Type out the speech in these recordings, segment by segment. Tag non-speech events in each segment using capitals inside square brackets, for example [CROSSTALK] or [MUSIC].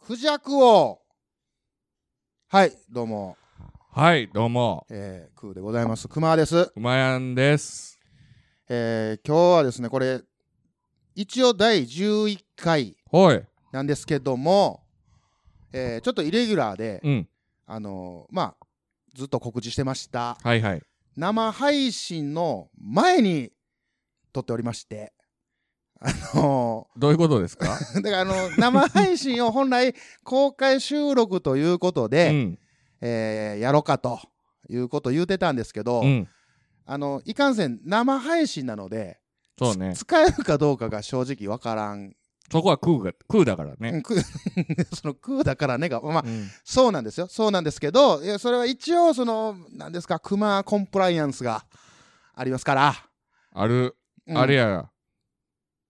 クジャク王はいどうも、はい、どうも。えー、クーでございますクマです、うまやんです。えー、今日はですねこれ一応第11回ほい。なんですけども、えー、ちょっとイレギュラーで、うん。あのー、まあずっと告知してましたはいはい。生配信の前に撮っておりましてあのー、 [LAUGHS] どういうことですかだからあの生配信を本来公開収録ということうで、ん。えーやろうかということを言うてたんですけど、うん。あのいかんせん生配信なので、そうね。使えるかどうかが正直わからん、そこは空が、空だからうね。んく [LAUGHS] その空だからねが、まあ、うんそうなんですよそうなんですけどいやそれは一応そのなんですかクマコンプライアンスがありますから、ある、うんあれや。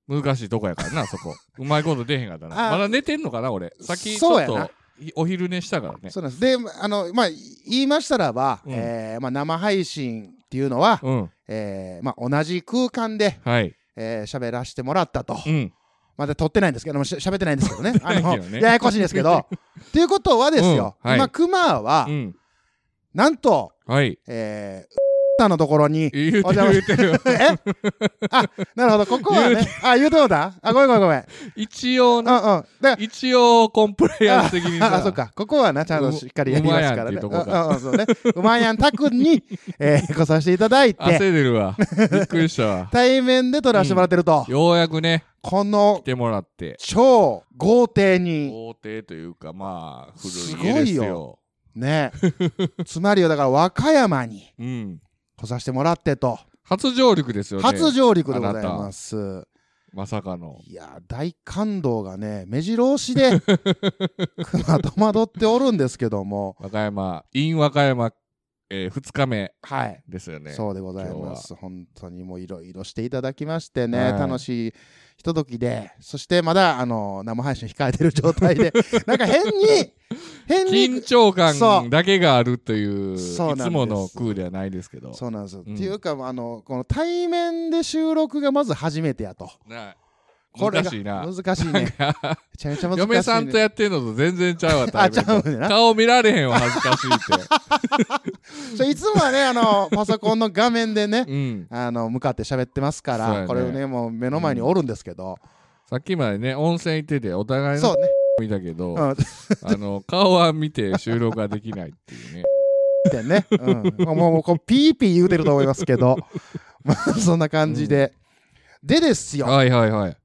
難しいとこやからな、[LAUGHS] そこ。うまいこと出へんかったな。あまだ寝てんのかな、俺。さっきちそょうっやなとひお昼寝したからね。そうなんですであの、まあ、言いましたらば、うんえーまあ、生配信っていうのは、うん。えーまあ、同じ空間ではい。えー喋らせてもらったと、うん。まだ撮ってないんですけどもし喋ってないんですけどねあないけどのね [LAUGHS] ややこしいんですけどということはですよ、うんはい今クマは、うん。なんと、はい。えー、さんのところに言うおて邪る魔言うてる。えあなるほどここはねあ言うてもうたあごめんごめんごめんうん [LAUGHS] 一応うんな、だから一応コンプライアンス的に [LAUGHS] あさ。あそっ。かここはなちゃんとしっかりやりますからねううまやんっていうとこかうんうんそうねうまやんたくんに、えー来させていただいて。焦れるわ。びっくりしたわ対面で撮らせてもらってると、ようやくね、この来てもらって。超豪邸に豪邸というかまあ古すいごいよ家ですよ。ねつまりよだから和歌山にうん、来させてもらってと初上陸ですよね。初上陸でございますまさかの。いや大感動がね目白押しで熊戸惑っておるんですけども和歌山 in 和歌山、え2日目はいですよね。そうでございます本当にもういろいろしていただきましてね、はい楽しいひとときでそしてまだあの生配信控えてる状態 [LAUGHS] でなんか変に変緊に張そう感だけがあるといういつそうなんですもの空ではないですけど。そうなんですよ、うんっていうかあのこの対面で収録がまず初めてやと。なこれ難がしいな。難しいね。めちゃめちゃ難しい、ね。嫁さんとやってんのと全然ちゃうわ [LAUGHS] あ、対ち面ゃうとんやな。顔見られへんわ恥ずかしいっそういつもはね、あの、パソコンの画面でねて、、うん、あの、向かって喋ってますかそうやら、ねこれをね、もう目の前におるんですけど、さっきまでね温泉行っててお互いのそうね、見たけど、うん、っあの顔は見て収録ができないっていうね。てね、うん、もう、もうこうピーピー言うてると思いますけど、 [LAUGHS] まあ、そんな感じで。でですよ、はいはいはい。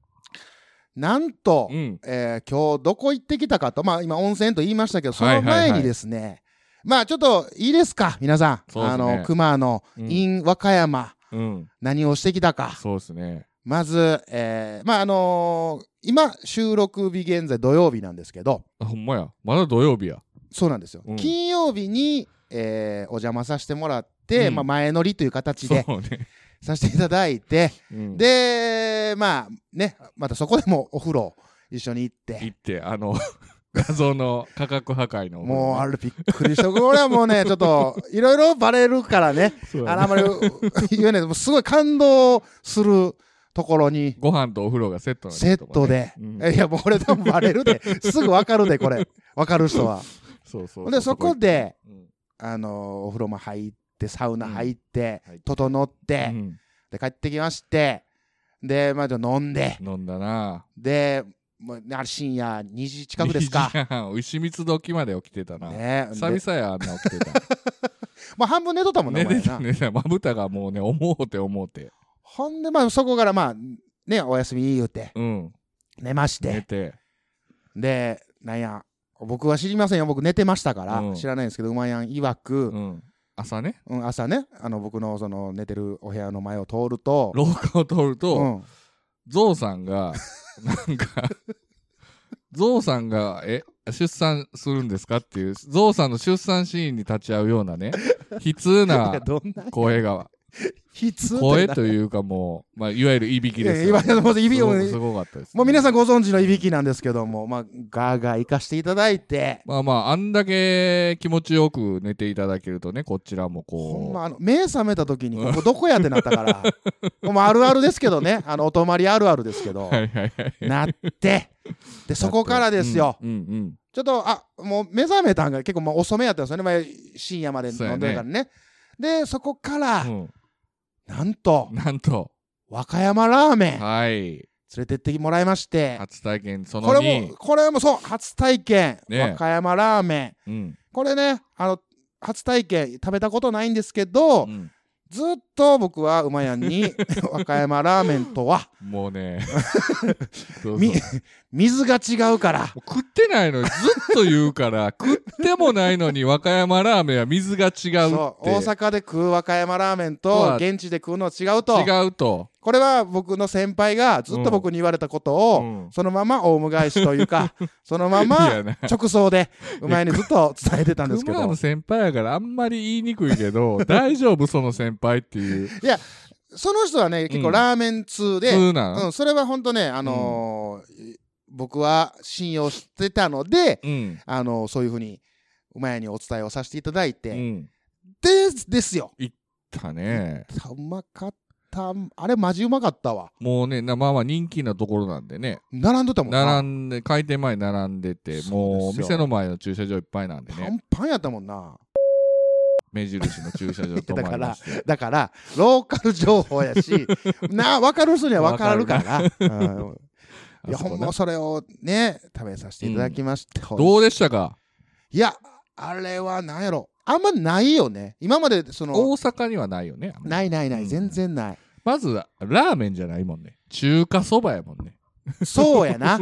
なんと、うん。えー今日どこ行ってきたかと、まあ、今、温泉と言いましたけど、そはのいはいはい前にですね、まあちょっといいですか皆さん、そうですあねの熊のうん in 和歌山、うん。何をしてきたかそうですね。まず、えーまああのー今収録日現在土曜日なんですけどあほんまや。まだ土曜日や。そうなんですよ、うん金曜日に、えーお邪魔させてもらって、うんまあ、前乗りという形そうでね。させていただいて、うん、でまあねまたそこでもお風呂一緒に行って行って、あの、 [LAUGHS] 画像の価格破壊の。もうあれびっくりしたこれはもう [LAUGHS] ねちょっといろいろバレるからねそうやあなのあんまり [LAUGHS] 言えないすごい感動するところにご飯とお風呂がセットなんセットで、えいやもうこれ多分バレる [LAUGHS] ですぐ分かるでこれ分かる人はそうそうほんでそこで、行ってあのーお風呂も入ってサウナうん入って、入って整って、うんで帰ってきましてでまあちょっと飲んでうん飲んだな。でもうあれ深夜2時近くですか2時半。牛三つ時まで起きてたな。ねで久々や、あんな起きて [LAUGHS] た。まあ半分寝とったもんね寝お前てなた、寝てた。まぶたがもうね、思うて思うて。ほんでまあそこからまあねお休み言うてうん。寝まして寝て。でなんや僕は知りませんよ僕寝てましたから、うん知らないんですけどうまやん曰く、うん。朝ね、うん、朝ねあの僕のその寝てるお部屋の前を通ると廊下を通ると、うん、ゾウさんが、なんか、ゾウさんが、え、出産するんですかっていう、ゾウさんの出産シーンに立ち会うようなね、悲痛などんな声が、悲痛声とういうかもう、まあ、いわゆるいびきですいやよ、いわゆるいびきすごくうんすごかったです、もう皆さんん、ご存知のいびきなんですけども、まあ、ガーガー行かしていただいて、まあまあ、あんだけ気持ちよく寝ていただけるとね、こちらもこう、ほんまあの目覚めた時にここどこやってなった [LAUGHS] から、もうあるあるですけどねあのお泊まりあるあるですけど、はいはいはい。なってでそこからですよ、うんうんちょっとあもう目覚めたんが結構もう遅めやったんですよね、まあ、深夜まで飲んでるからねでそこから、うんなんとうんなんと和歌山ラーメン連はいれてってもらいまして初体験そのこ2れもこれもそう初体験、ね和歌山ラーメンうんこれねあの初体験食べたことないんですけど、うんずっと僕は馬やんに [LAUGHS] 和歌山ラーメンとはもう [LAUGHS] ねどうぞみ水が違うからもう食ってないのにずっと言うから [LAUGHS] 食ってもないのに和歌山ラーメンは水が違うってそう大阪で食う和歌山ラーメンとはと現地で食うのは違うと違うと、これは僕の先輩がずっと僕に言われたことを、うんそのままオウム返しという [LAUGHS] かそのまいまやな直送でうまいにずっと伝えてたんですけ熊どの先輩やからあんまり言いにくいけ [LAUGHS] ど大丈夫その先輩っていうその人はね結う構んラーメン通で、通なうのん、それは本当ね、あのー僕は信用してたので、うんあのーそういうふうに、うまやにお伝えをさせていただいて、うんでですよ。だねうまかった。あれ、マジうまかったわ。もうねなまあまあ人気なところなんでね並んどったもんな。並んで開店前に並んでてもうそうですよ店の前の駐車場いっぱいなんでパねンパンやったもんな。目印の駐車場止まりまして [LAUGHS] だから、ローカル情報や [LAUGHS] し、な、分かる人には分かるから。うんいや、あそこほんねまそれをね、食べさせていただきまして、どうでしたかいや、あれはなんやろ。あんまないよね。今まで、その、大阪にはないよねあんまりないないなうい、ん全然ない。まずラーメンじゃないもんね中華そばやもんねそうやな。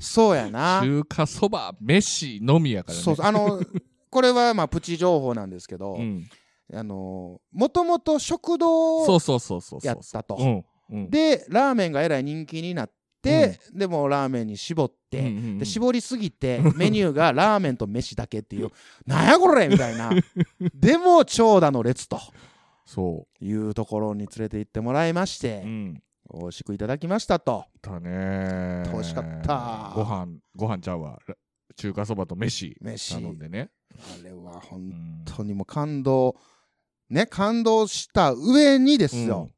そうやな。 [LAUGHS] 中華そば飯のみやからねそうそうあの、これはまあプチ情報なんですけど、うんあの、もともと食そ堂うそうそうそうそうやったと。うんうんで、ラーメンがえらい人気になって、でもうラーメンに絞って、うんうんうんで絞りすぎてメニューがラーメンと飯だけっていう「なんやこれ!」みた [LAUGHS] いなでも長蛇の列とそいうところに連れて行ってもらいましうて、うん美味しくいただきましたとだね美味しかったご飯ご飯ちゃうわら中華そばと飯飯頼んでね、あれは本うん本当にもう感動ね感動した上にですうよん、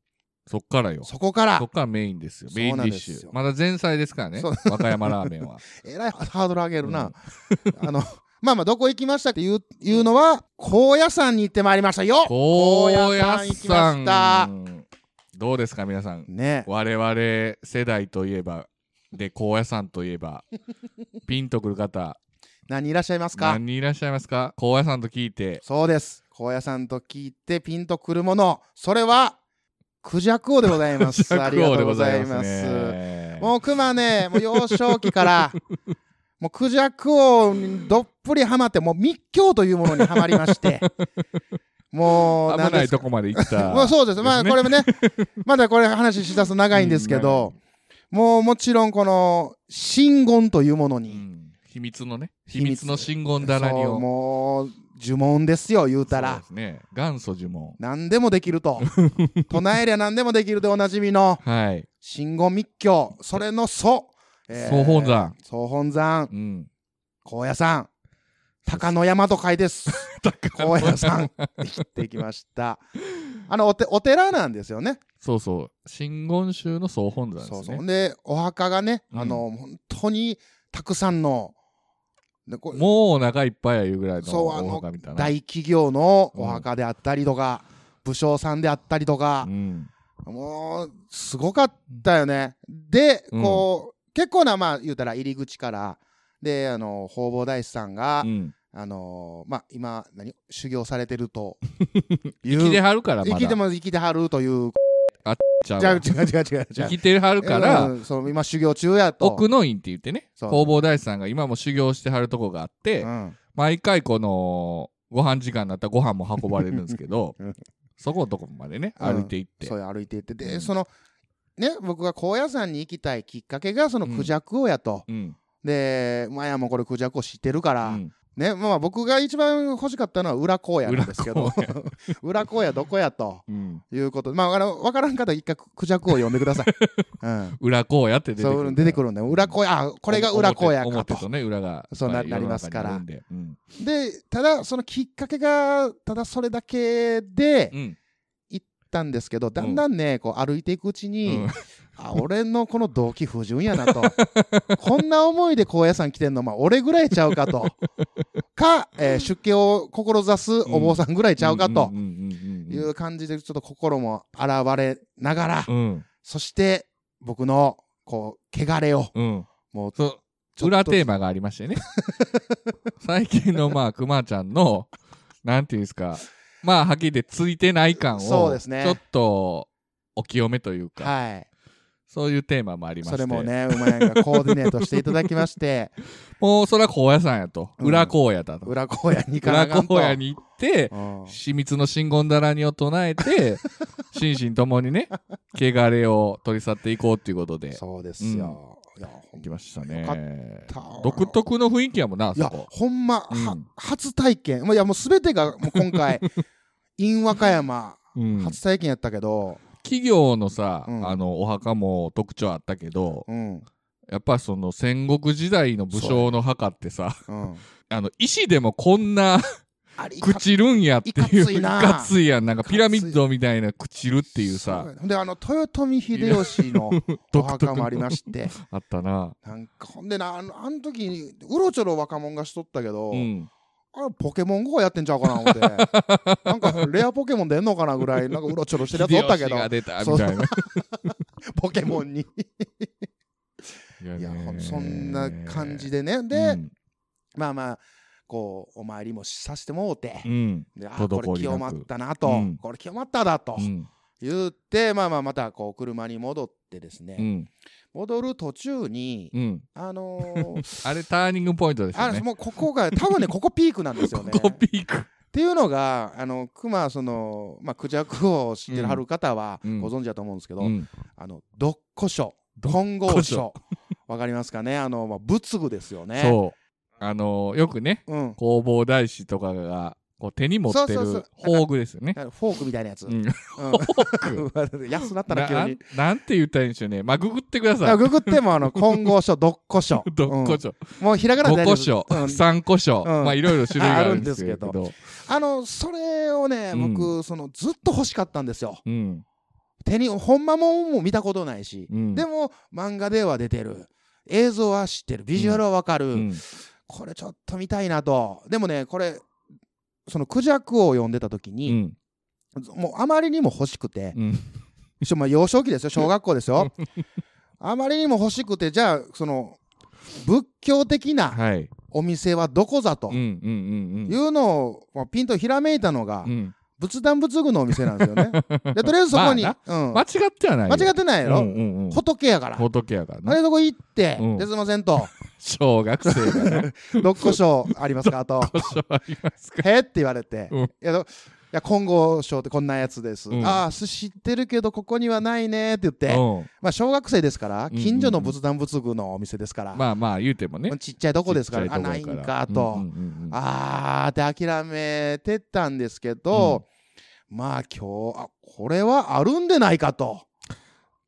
そっからよそそこからっからメインですよそうメインデなィんッですシよュまだ前菜ですからねそう和歌山ラーメ [LAUGHS] ンはえらいハードル上げるな、 [LAUGHS] あのまあまあどこ行きましたっていういうのは高野山に行ってまいりましたよ高野行きました山どうですか皆さんね我々世代といえばで高野山とい [LAUGHS] えばピンとくる方何いらっしゃいますか何人いらっしゃいますか高野山と聞いてそうです高野山と聞いてピンとくるものそれはクジャク王でございますありがとうございますねもう熊ね、もう幼少期 [LAUGHS] から、もうクジャク王にどっぷりハマって、もう密教というものにはまりまして、もう、危ないとこ。こまで行ったもうそうです。まあ、これもね、まだこれ話しだすと長いんですけど、もうもちろんこの、真言というものうに、ん秘密のね秘秘密密の真言だらにそうをもう、呪文ですよ、言うたそうらで。すね元祖呪文何でもできる [LAUGHS] と。唱えりゃ何でもできるでおなじみの、はい、真言密教、それの祖。総本山総本山。うん、高野山高野山と書い [LAUGHS] です高野山行ってきましたあのおてお寺なんですよねそうそう真言宗の総本山ですねそうそうでお墓がね、うんあの本当にたくさんのでこうもうお腹いっぱいやいうぐらいのそうあのお墓みたいな大企業のお墓であったりとか、武将さんであったりとかう、んもうすごかったよねでうんこう、結構なまあ言うたら入り口からであの弘法大師さんが、うんあのーまあ今何修行されてる [LAUGHS] とい生きてうはるからまだ生きても生きてはるというちゃう違う違わう違う違う違生うきてはるから、うんその今修行中やと奥の院って言ってねそう弘法大師さんが今も修行してはるとこがあって、うん毎回このご飯時間になったらご飯も運ばれるんですけど、うん [LAUGHS] そこのとこまでねうん歩いていって、そう歩いていってで、うんそのね僕が高野山に行きたいきっかけがそのうんクジャク王やと、うんでマヤもこれクジャク王知ってるかうら、んねまあ僕が一番欲しかったのは裏高野なんですけ [LAUGHS] ど裏裏高野どこやとうん、いうことでまああのわからん方は一回クジャク王呼んでく [LAUGHS] ださい、うん、裏荒野って出てそくうる出てくるんだよ裏荒野あこれが裏荒野か表ととね裏がそうなはいなりますから世の中にあるんででただそのきっかけがただそれだけでうんうん行っったんですけど、だんだんね、こう歩いていくうちに、うんあ、俺のこの動機不純やなと。こんな思いで高野山来てんの、まあ、俺ぐらいちゃうかと。か、えー出家を志すお坊さんぐらいちゃうかとうんうんうんうんうんいう感じで、ちょっと心も洗われながら、うんそして、僕の、こう、汚れを、うんもう、そうちょっと裏テーマがありまし [LAUGHS] てね最近のまあくまちゃんのなんていうんですかまあはっきり言ってついてない感をそうですねちょっとお清めというか、はい。そういうテーマもありましそてれもね、うまいがコーディネートしていただきま [LAUGHS] して、もうそれは高野山やと、うん裏高野だと裏荒野に行かな裏あかんと。高野に行ってうん。秘密の真言だらにを唱えて [LAUGHS] 心身ともにね汚れを取り去っていこうっていうことでそうですよ。いや、ほん行きましたよかっねた独特の雰囲気やもんないそやこ、ほんま、うんは初体験。まあいや、もうすべてが、もう今 [LAUGHS] 回、in 和歌山、うん初体験やったけど、企業のさ、うんあのお墓も特徴あったけどうん、やっぱその戦国時代の武将の墓っ [LAUGHS] てさ、うん。あの石でもこんなあれ、いか朽ちるんやっていいうかついなかついやんなんかピラミッドみたいな朽ちるっていそうさうやねで、あの、豊臣秀吉のお独特墓もありのまして、あったななんか、ほんでな、あのあの時に、うろちょろ若者がしとったけど、うんあれポケモン GO やってんちゃうかな [LAUGHS] 思ってなんかレアポケモン出んのかなぐらいなんかうろちょろしてるやつおったけ秀吉ど [LAUGHS] が出たみたいなポケモンにいいやねほんそんな感じでねで、うんまあまあこうお参りもさせてもうて、うんであ滞りこなくれ清まったなと、うんこれ清まっただとうん言って、まあまあまたこう車に戻ってですね、うん戻る途中に、うんあの [LAUGHS] ーあれターニングポイントですあよねもうここが多分ねここピークなんですよね [LAUGHS] ここピークっていうのが、あの、熊、その、まあ、クジャクを知ってるはる方は、うんご存知だと思うんですけど、うんあの、どっこしょ、どっ金剛書、 [LAUGHS] わかりますかねあの、まあ、仏具ですよね。そうあのよくねう。うん。工房大師とかがこう手に持ってそうそうそるう宝具ですよね。フォークみたいなやつ。うんうん。 [LAUGHS] 安なったな、急なに。なんて言ったらいいんでしょうね。まあ、ググってくださあい。ググっても、あの、金剛 [LAUGHS] 書、どっこしょ。どっこしょ、うんもう、ひらがな5で個大し丈ょ、夫うん3個しょ、うんまあいろいろ種類があるんですけあるんど。あの、それをね、うん僕、その、ずっと欲しかったんですよ。うん。手に、ほんまもんも見たことないし。うん。でも漫画では出てる映像は知ってるビジュアルはわかる、うん、これちょっと見たいなとでもねこれそのクジャクを読んでた時うに、ん。もうあまりにも欲しくて、うん。一緒まあ幼少期 [LAUGHS] ですよ小学校ですよあまりにも欲しくてじゃあその仏教的なはい。お店はどこざとうんうんうんいうん。うのを、まあピンとひらめいたのが、うん、仏壇仏具のお店なんですよ [LAUGHS] ねでとりあえずそこに、まうん間違ってはないよ。間違ってないやろ、うんうんうん、仏やから仏やからあな。れそこ行って、うんですいませんと小学生がな。六個賞あり [LAUGHS] ますかと故障ありますか。へえって言われて、うんいやどいや金剛賞ってこんなやつです、うんああす知ってるけどここにはないねって言って、うんまあ小学生ですからうんうん近所の仏壇仏具のお店ですから、まあまあ言うてもね。ちっちゃいとこですからちっちゃいとこあなやいんかと、うんうんうんあーって諦めてたんですけど、まあ今日あこれはあるんでないかと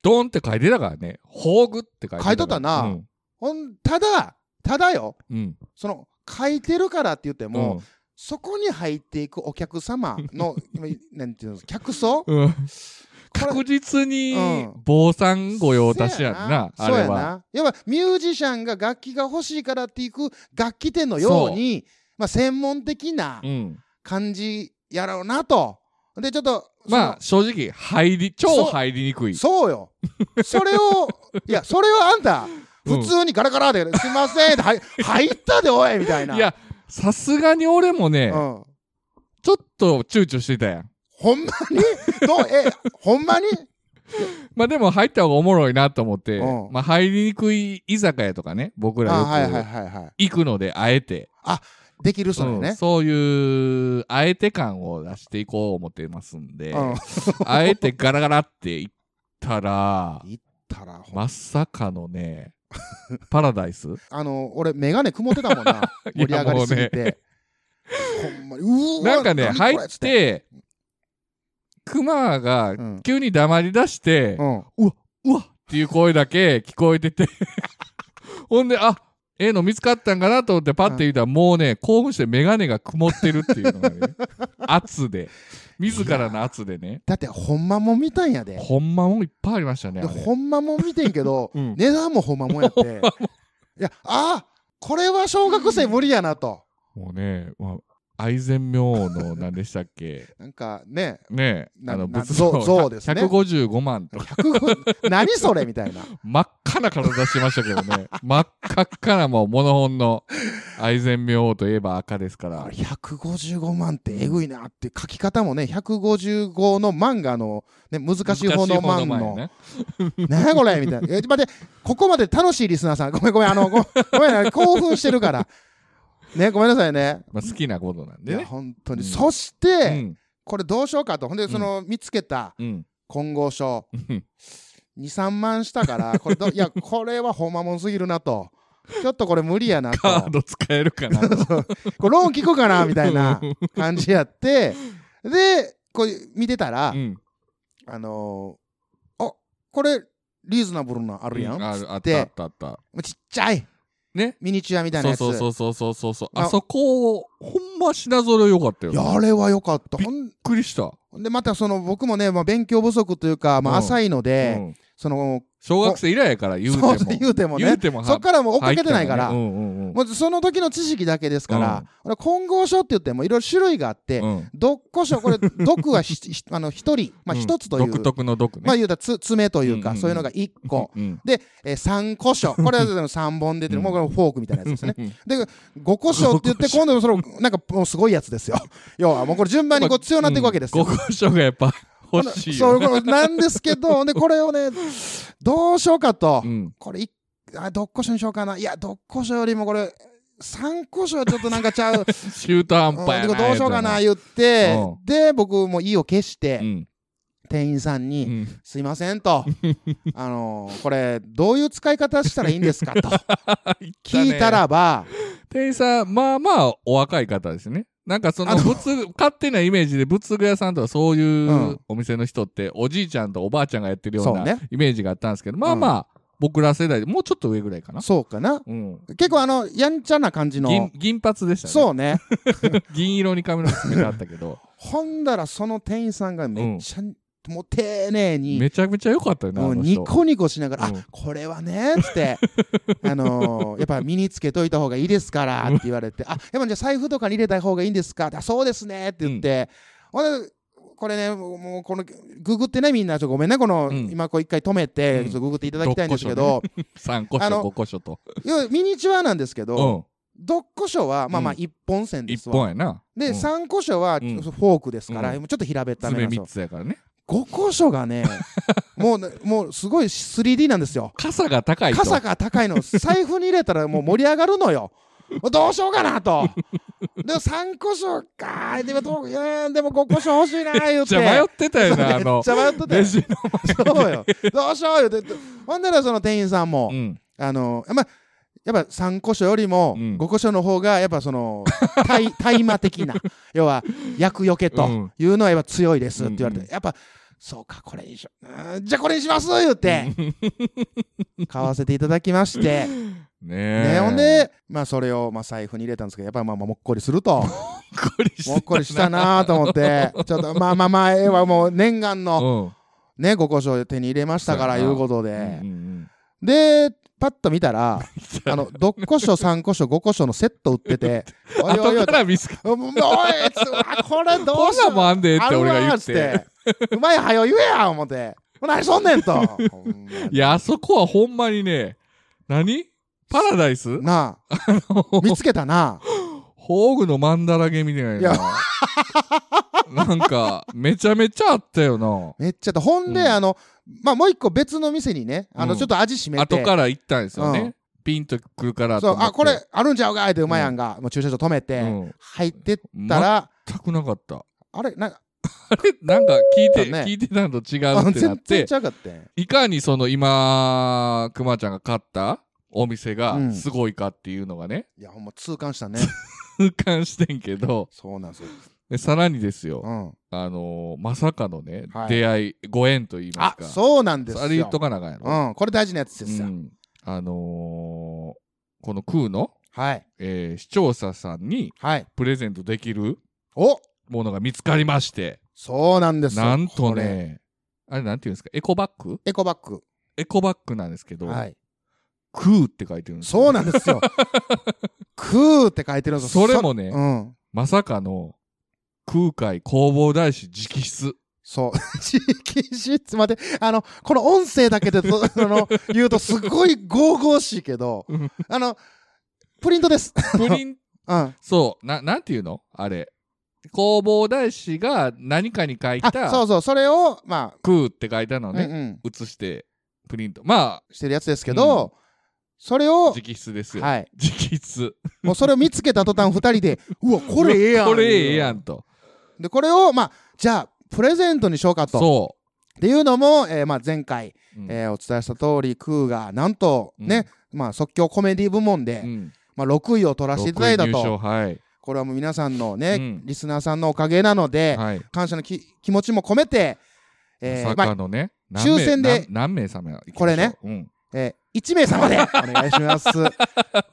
ドンって書いてたからね。宝具って書いてたから。書いとったなうん。ほんただただようん。その書いてるからって言っても、もそこに入っていくお客様 [LAUGHS] の今なんていうの客層うん、こ確実にうん坊さん御用達やんな、そうあれやは。な。やっぱミュージシャンが楽器が欲しいからっていく楽器店のように、まあ専門的なうん、感じやろうなと。で、ちょっと、まあ正直入りそ超う入りにくい。そのそうよ。それ [LAUGHS] を、いや、それをあんた、うん普通にガラガラで、すいませんって、はい入ったで、おいみたいな。いやさすがに俺もうね、ん。ちょっと躊躇してたやん。ほんまにどうえ、ほんまにまあでも入った方がおもろいなと思って、うんまあ入りにくい居酒屋とかね僕らあはいはいよはいはい。く行くのであえて、できるそれうんね。そういうあえて感を出していこう思ってますんで、うん。あえてガラガラって行った [LAUGHS] ら行ったら、ほんまさかのねパラ [LAUGHS] ダイスあの俺眼鏡曇ってた [LAUGHS] もんな盛り上がりすぎて、ほんまにうーわなんかね、何こ入れっつってて、クマがうん急に黙り出してう、ん [LAUGHS] うわ、うわっていう声だけ聞こえてて、ほんで、あ、ええの見つかったんかなと思ってパッて見たら、もうね、興奮して眼鏡が曇ってるっていうのが [LAUGHS] ね、圧で、自らの圧でね、だって、ほんまもん見たんやで。ほんまもいっぱいありましたね。であれほんまもん見てんけど、うん値段もほんまもんや [LAUGHS] って。いや、ああこれは小学生無理やなと。もうね、まあ、愛染明王の何でしたっけなんかね、ねえ、なあのな仏像像像ですね155万とか、 100何それみたいな。 [LAUGHS] 真っ赤な体してましたけどね、真っ赤っかなもうモノホンの愛染明王といえば赤ですからあ、れ155万ってえぐいなって書き方もね155の万があの、ね、難しい方の万難しいの方ね [LAUGHS] 何やこれみたいなえ待ってここまで楽しいリスナーさんごめんごめんあのごごめんな興奮してるからねごめんなさいねまあ、好きなことなんいでやね。本当うに、んそしうて、ん、これどうしようかとほんでその、見つけたうん、金剛書うん23万したからこれどい [LAUGHS] やこれはほんまもんすぎるなとちょっとこれ無理やなとカード使えるかな。これローン聞くかなみたいな感じやって、で、こう見てたら、うん、あのーあ、これ、リーズナブルなあるやん。うあるあつっったてあったあった。ちっちゃいね。ミニチュアみたいなそうやつ。そうそうそうそうそう。なあそこを、ほんま品揃えよかったよ。いびっや、あれは良かった。びほんくりした。ほんで、またその、僕もね、まあ、勉強不足というか、まあ、うん浅いので、うんその、小学生以来やから言うてそもう。言うても言ねう、てもはそっからもう追っかけてないから、入ったねうんうんうんもうその時の知識だけですから、俺混合書って言ってもいろいろ種類があって、うんどっこし [LAUGHS] ょ、これ、毒はひひあの一人、まあうん一つという、独特の毒ね。まあ言うたらつ爪といううんうんうか、んそういうのが1個。うんで、えー、3個所。これは3本出てる。もうこれフォークみたいなやつですね。うんうんで、5個所って言って、今度もその、なんかもうすごいやつですよ。要はもうこれ順番にこう強くなっていくわけですよ。うんご故障がやっぱ欲しいそよう、ね。これなんですけど、で、これをね、どうしようかとう。んこれい、あ、どっこ所にしようかな。いや、どっこ所よりもこれ、3個所はちょっとなんかち [LAUGHS] ゃう。中途半うん端でやな。どうしようかな、言ってう、で、僕も意を決しうて、ん店員さんに、うんすいません [LAUGHS] と、あのこれ、どういう使い方したらいいんです [LAUGHS] かと [LAUGHS] 聞いた。らば、店員さん、まあまあお若い方ですね。なんかそのあの仏具、勝手なイメージで仏具屋さんとかそういうんお店の人って、おじいちゃんとおばあちゃんがやってるようそうなねイメージがあったんですけど、まあまあ、僕ら世代でもうちょっと上ぐらいかな。そうかな。うん結構、あの、やんちゃな感じの銀、銀髪でしたね。そうね。 [LAUGHS] 銀色に髪の毛詰めてあったけど、 [LAUGHS] ほんだら、その店員さんがめっちゃ、もう丁寧に、めちゃくちゃ良かったよな、あもうのニ人。コニコしながら、うんあこれはね、つっ [LAUGHS] て、あのーやっぱ身につけといた方がいいですから、って言われて、あ、やっぱじゃあ財布とかに入れた方がいいんですかってあそうですね、って言って、ほんで、これね、もうもうこの、ググってね、みんな、ちょっとごめんね、この、うん今こう一回止めて、うんちょっとググっていただきたいんですけど、 3個所、あの5個所と。要はミニチュアなんですけうど、ん。どっこしょは、まあまあ、うん一本線です1わ。本やな。で、うん三個所は、フうんォークですから、ちうょっと平べっため爪なんです3よ。つやからね。五個所が [LAUGHS] ね、もうね、もうすごい 3D なんですよ。傘が高いと。傘が高いの財布に入れたらもう盛り上がるの [LAUGHS] よどうしようかなとでも3個所かでもどういやでも5個所欲しいな言めっってちゃ迷ってたよな、あめのっち。ゃ迷ってたレよジの。そうよどうしよう言ってほんならその店員さんも、うん。あのまあやっぱ3個所よりもうん5個所の方がやっぱその [LAUGHS] 大大麻的な要は厄除けというのはやっぱ強いですって言われて、うんやっぱそうかこれにしよううんじゃあこれにします言って買わせていただきましてねね、え。ほんで、まあ、それを、まあ、財布に入れたんですけど、やっぱりまあまあもっこりする [LAUGHS] と、ほっこりしてたもっこりしたなと思っ [LAUGHS] て、ちょっと、まあまあまあ、ええわ、もう念願の、うん。ね、ご故障で手に入れましたから、そういやなうことうんでう。んで、パッと見た [LAUGHS] ら、うんあの、6個所、3個所、5個所のセット売って [LAUGHS] て、おいおいお後いか、ら見つけおい、つあこれどこうんしよなんうもあんでっあてる俺がわ言ーっ。って [LAUGHS] て、うまいはよ言えや、思って。もう何そんねんと。ほんまいや、あそこはほんまにね、何パラダイス [LAUGHS] なあ、見つけたな。宝具のマンダラゲみたいいなや。なんか、めちゃめちゃあったよな。めっちゃだ。ほんで、うんあの、まあ、もう一個別の店にね、あの、うんちょっと味しめて。後から行ったんですようねん。ピンとくるからとそう思、って。あ、これあるんちゃうかいってうまいやんが、もう駐車場止めて、うん入ってったら、全くなかった。あれなんか、あれなんか聞いて、ね聞いてたのと違あうってなっ全然てち、ゃうかって。いかにその今、くまちゃんが買ったお店うがんすごいかっていうのがね、いや、ほんま痛感したね。 [LAUGHS] 痛感してんけど、そうなんですよ。でさらにですよ、うん。あのーまさかのね、はい出会い、ご縁と言いまあす、か。そうなんですあれ言っよと。かなあかんやろ。うん、これ大事なやつですよ。うんあのこの空の、はい。えー視聴者さんにはい。プレゼントできるおものが見つかりまして、そうなんですよなんとこれね、あれなんていうんですか、エコバッグエコバッグ。エコバッグなんですけど、はい。空って書いてるんですよそうなんです [LAUGHS] よ。空って書いてるんですよ。それもねそうん。まさかの空海弘法大師直筆。そう。 [LAUGHS] 直筆まで、あの、この音声だけでと [LAUGHS] あの言うとすごい豪々しいけどうん、あの、プリントです。 [LAUGHS] プリン、うん。そう、な、なんていうのあれ。弘法大師が何かに書いあ、たそうそう、それを、ま空って書いたのあ、をね、うんうん、写してプリント。ましてるやつですけど、それあ、を、直筆ですよ。はい。直筆。もうそれを見つけた途端、二 [LAUGHS] 人で、うわ、これええやん。これええやんと。で、これを、まあ、じゃあ、プレゼントにしようかと。そっていうのも、えーまあ、前回、う。うんえーお伝えした通り、クーが、なんと、ね、まあ、即興コメディ部門で、うんまあ、6位を取らせていただいた六位入賞と。はい。これはもう皆さんのね、うんリスナーさんのおかげなので、はい。感謝のき気持ちも込めて、えーまさまかあのね、まあ抽選で何名何名様これね、うん、えー、1名様でお願いし [LAUGHS] ます。っ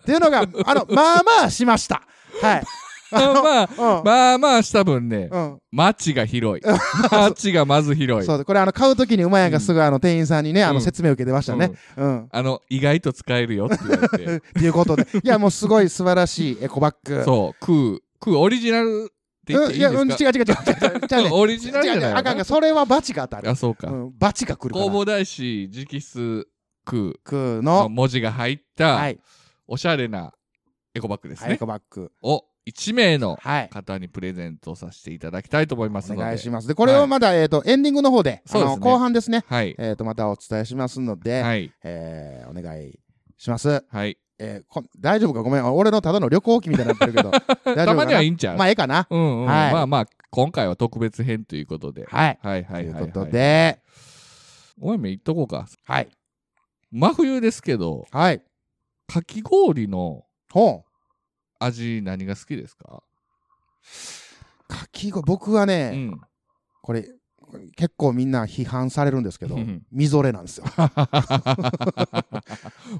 ていうのが、あの、まあまあしました。 [LAUGHS] はい。まあまあうんまあまあした分ね、うん街が [LAUGHS] 広い街がまず広いそうでこれあの買う時にうまいやんがすぐあの店員さんにね、あうのん説明を受けてましたね。うん、あの意外と使えるよって言われてということで、いや、もうすごい素晴らしいエコバッ [LAUGHS] グ。そう空空オリジナルって言っていいや、うんんで違うすか違う違う違う違う違うね。 [LAUGHS] オリジナルじゃ違うない違うよねあかんあかんそれはバチが当たる。あそうか、うん、バチが来るか工ら。房大師直筆空クのの、文字が入った、はい、おしゃれなエコバッグですはいエね、コバッグ。を1名のはい。方にプレゼントさせていただきたいと思いますおので願いします。で、これをまだ、えっ、と、エンディングの方で、あそうですのね後半ですね、はいえっ、と、またお伝えしますので、はいえーお願いします。はいえーこ大丈夫かごめん。俺のただの旅行記みたいになってる [LAUGHS] けど。大丈夫かなたまにはいいんちゃう、まあ、ええかな。うんうん、はいまあまあ今回は特別編ということで、はい。はいはいはい、はい、ということで、おいめ言っとこうかはい。真冬ですけどはい。かき氷のほう。味何が好きですか、かき氷、僕はね、うん [LAUGHS] これ、これ結構みんな批判されるんですけどうん、みぞれなん [LAUGHS] ですよ。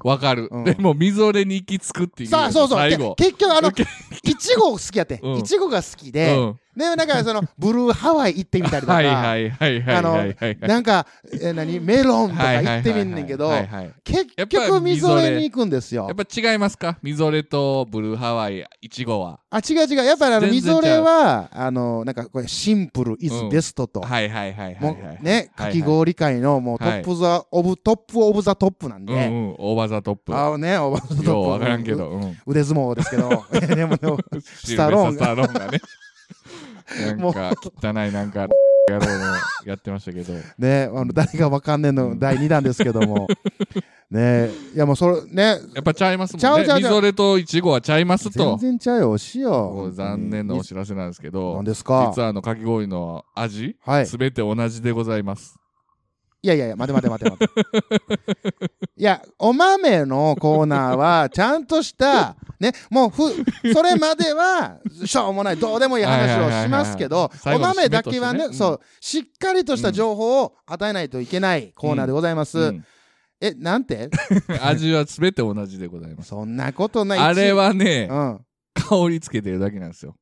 わかる、うんでもみぞれに行き着くっていうさあ、そうそう。最で後結局、 [LAUGHS] あの、けいちご好きやってう。んいちごが好きうで、んで、なんかその、ブルーハワイ行ってみたりとはいはか、いはいはいはいはい [LAUGHS] なんか、えー何メロンとはかい行ってみんねんけどは、いはいはい結局みぞれに行くんですやよっ。ぱ違いますかみぞれとブルーハワイいちごはあ、違う違う。やっぱりあの、み全然ちゃぞうれは、あの、なんかこれ、シンプルイズベストと。はいはいはいはもい、はうい、ね、かき氷界のもうトはいップザ、オブ、トップオブザトップなんうんうで、ん大技トップあのね、オブザトップ。ようわからんけど、うん、腕相撲ですけ [LAUGHS] ど、いやでもでもスタローンスがタローンが [LAUGHS] ね。なんか汚いなんか野郎のやってましたけど。ね、あの誰がわかんねえうのん第2弾ですけども、ね、いやもうそれね、やっぱちゃいますちゃもんうちね。ゃうみちゃうぞれといちごはちゃいます全と。然ちゃうよ、おしこよう。残念なお知らせなんですけなんど、ですか実はあのかき氷の味、はい。すべて同じでございます。いやいやいや、待て待て待て待 [LAUGHS] て。いや、お豆のコーナーは、ちゃんと [LAUGHS] した、ね、もうふ、それまでは、しょうもない、どうでもいい話をしますけど、はいはいはいはいお豆だけはね、最後の締めとしてねうんそう、しっかりとした情報を与えないといけないコーナーでございます。うんえ、なんて味はすべて同じでござ [LAUGHS] います。そんなことない。あれは一ね応、、うん。香りつけてるだけなんですよ。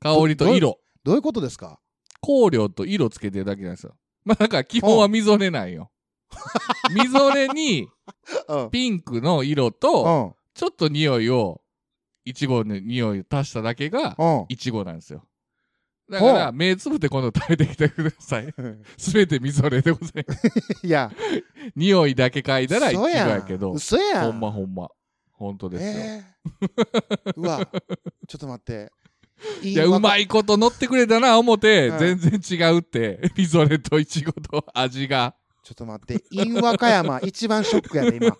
香りと色。どういうことですか香料と色つけてるだけなんですよ。まあだから基本はみぞれなんよ。みぞれにうん。うん。ピンクの色と、うん。ちょっと匂いを、いちごの匂いを足しただけが、いちごなんですよ。だかほら、目つぶって今度食べてきてください。 [LAUGHS] すべてみぞれでございます。 [LAUGHS] いや、匂いだけ嗅いだらいちご嘘やんやけど、嘘やほんまほんま。ほんとですよ。えーうわ、ちょっと待って。いいや、うまい。いこと乗ってくれたな、思って、うん全然違うって、 [LAUGHS] みぞれといちごと味が。ちょっと待って。イン和歌 [LAUGHS] 山、一番ショックやで、今。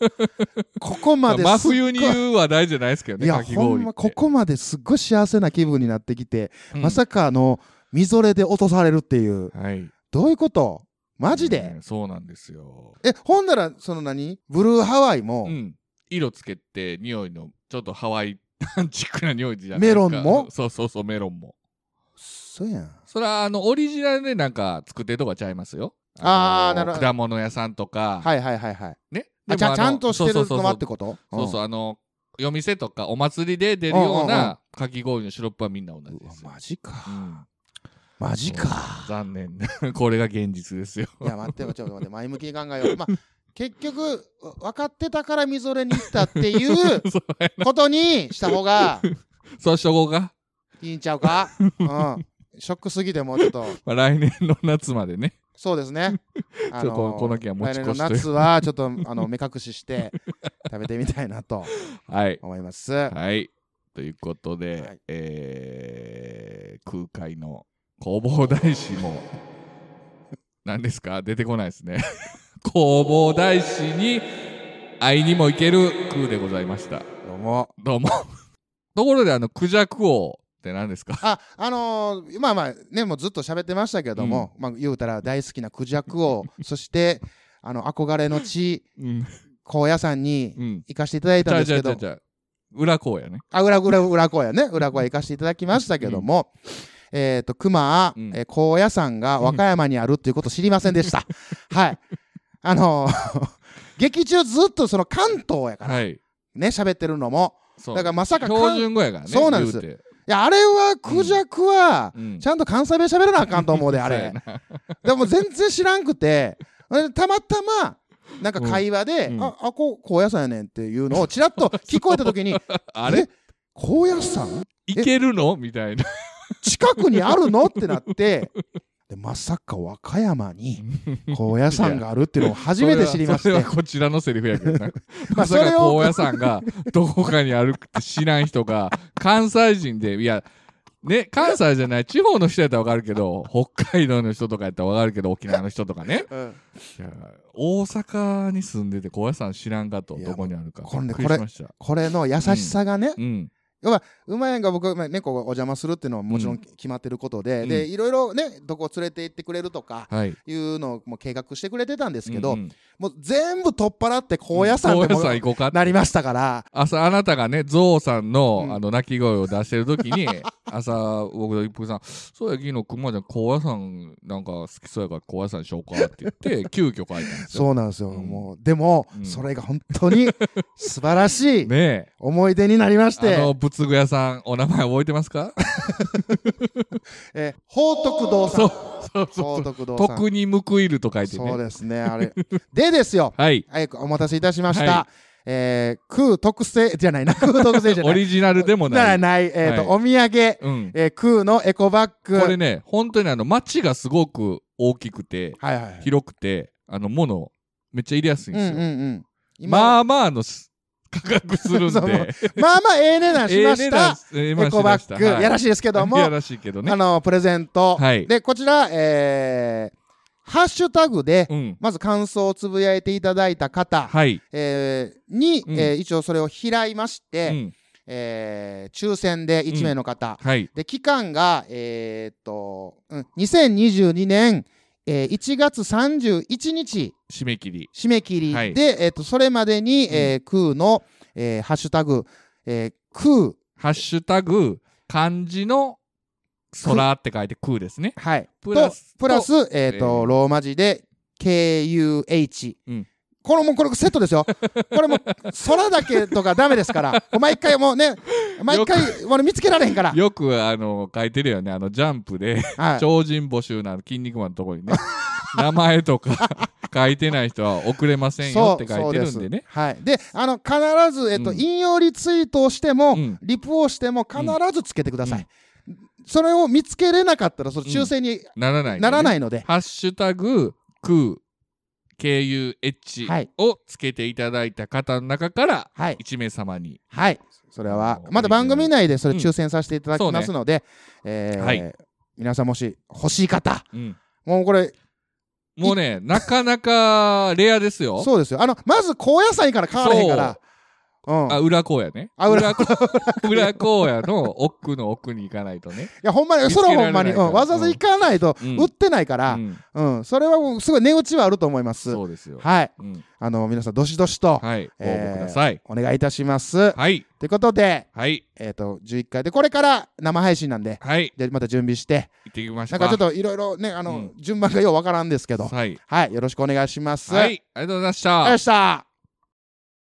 ここままあ、で真冬にすっご言う話題じゃないですけどいね、いかや、きほ氷んっま、て。ここまですっごい幸せな気分になってきて、うんまさかの、みぞれで落とされるっていう。はい。どういうことマジで、うんそうなんですよ。え、ほんなら、その何ブルーハワイもう、ん、色つけて匂いのちょっとハワイアンチックな匂いじゃないメロンもそうそうそうメロンもそうやん。それはあのオリジナルでなんか作ってるとかちゃいますよあーのなるほど果物屋さんとか、はいはいはいはい。ねあちゃでもちゃんとしてそうるそうのはっそてうことそうそうあの夜店とかお祭りで出るようなかき氷のシロップはみんな同じですうよわマジうか。んマジか。残念 [LAUGHS] なこれが現実ですよ [LAUGHS] いや、待ってよ、ちょっと待って、前向きに考えよう。まあ、結局、わ分かってたからみぞれに行ったっていうそうやことにした方がそうしとこうか、いいんちゃうか。うん。ショックすぎてもうちょっと、まあ、来年の夏までねそうですね。あ [LAUGHS] ちょっとこの件は持ち越し来とい年うの夏は、ちょっと、あの、目隠しして食べてみたいなとはい思います。 [LAUGHS] ははいということで、はいえー空海の弘法大師 [LAUGHS] も何ですか出てこないですね [LAUGHS] 弘法大師に会いにも行ける空でございましたい、どうも。どうも [LAUGHS] ところであのクジャク王って何ですかあ、あのーまあまあね、もうずっと喋ってましたけども、まあ言うたら大好きなクジャクを、そして、あの、憧れの地、うん高野山にうん行かせていただいじたんゃあですじけゃあじどゃあ、じゃあ裏公やねあ、裏、裏、裏小屋ね、裏小屋行かせていただきましたけども、えっ、と、熊、うんえー高野山が和歌山にあるっていうこと知りませんで [LAUGHS] した。はい。あのー [LAUGHS] 劇中ずっとその関東やからはいね、喋ってるのも。そうだからまさか標関準語やからねそうなんです言うていや、あれはクジャクは、うんちゃんと関西弁喋らなあかんと思うで、あそうれやな。でも全然知らんくて、でたまたま、なんか会話で、うんうんあ、あ、こう、高野山やねんっていうのをちらっと聞こえたときに、 [LAUGHS] あれえ高野山いけるのみたいな近くにあるのってなって、でまさか和歌山 [LAUGHS] に高野山があるっていうのを初めて知りましそれはてそれはこちらのセリフやけどなままあそされかを高野山 [LAUGHS] がどこかにあるって知らん人が関西人でいやね関西じゃない地方の人やったらわかるけど北海道の人とかやったらわかるけど沖縄の人とかねうんいや大阪に住んでて高野山知らんかといやどこにあるかもうこれびねっくりしましたこれの優しさがね、うんうまいやんが僕、まあ猫がお邪魔するっていうのはもちろん決まってることで、うんで、いろいろね、どこ連れて行ってくれるとか、はいいうのをもう計画してくれてたんですけど、うんうんもう全部取っ払って高野山でも高野山行こうかってなりましたから、朝あなたがねゾウさんの,、うんあの鳴き声を出してる時に [LAUGHS] 朝僕と一服さん「そうや昨日熊ちゃん高野山なんか好きそうやから高野山にしようか」って言って急遽書いたんですよ。そうなんですよ、うんもうでも、うんそれが本当に素晴らしいね思い出になりましえて、あの仏具屋さんお名前覚えてますかえー宝徳堂さ [LAUGHS] そんう宝そうそう徳堂さん徳に報いると書いてそうね。ですねあれ [LAUGHS] でですよはいはいお待たせいたしました、はえー空特製じゃないな [LAUGHS] 空特製じゃなオいリジナルでもなならい。ない、えーとはお土産、うん、えー空のエコバッグこれね本当にあの街がすごく大きくてはいはい広くてあの物めっちゃ入れやすいんうんでうすんよ。うんまあまあのす価格する [LAUGHS] んそうで。まあまあええ値段しました。エエコバッグ、やらしいですけども、やらしいけどねあ。のプレゼント、はいでこちら、えーハッシュタグで、うん。まず感想をつぶやいていただいた方、はい。えーに、うんえー一応それを開いましうて、ん。えー抽選で1名の方、はい。で期間が、えーっとうん、2022年、えー1月31日締め切り。締め切りで、はいえーっとそれまでに、えー空の、えーハッシュタグ、えー空ハッシュタグ、漢字の空って書いて空ですね。はい、プラスとプラス、えーとえーローマ字で KUH、うんこれもこれセットです [LAUGHS] よこれも空だけとかダメですから毎回もうね毎回俺見つけられへんから、よくあの書いてるよね。あのジャンプで、はい、超人募集なの、筋肉マンのとこにね。名前とか [LAUGHS] 書いてない人は送れませんよって書いてるんでね。はい、であの必ず、えっとうん引用リツイートをしても、うんリプをしても必ずつけてください、それを見つけれなかったらその抽選にならない、。ならないいので、ハッシュタグ、空、KUH はいをつけていただいた方の中から、はい1名様にはい、それはあのまだ番組内でそれうん抽選させていただきますので、えーはい皆さんもし欲しい方、うんもうこれもうね、なかなかレアですよ。そうですよ。あのまず高野菜から買われへんから、うん、あ、い裏荒野ね。あ裏荒野。裏荒野の奥の奥に行かないとね。やほんま見につけそられれはほんまに、うないからん、わざわざ行かないとうん売ってないから、ううんんそれはもうすごい値打ちはあると思います。そうですよ。はい、うんあの皆さんどしどしとはい。ご応えー募ください。お願いいたします。と、はい。いうことで、はい。えっ、と11回でこれから生配信なんで、はい。でまた準備して、行ってきましょなうかんか。ちょっといろいろねあの、うん順番がようわからんですけど、はい。はい、よろしくお願いします。はい。ありがとうございました。ありがとうございました。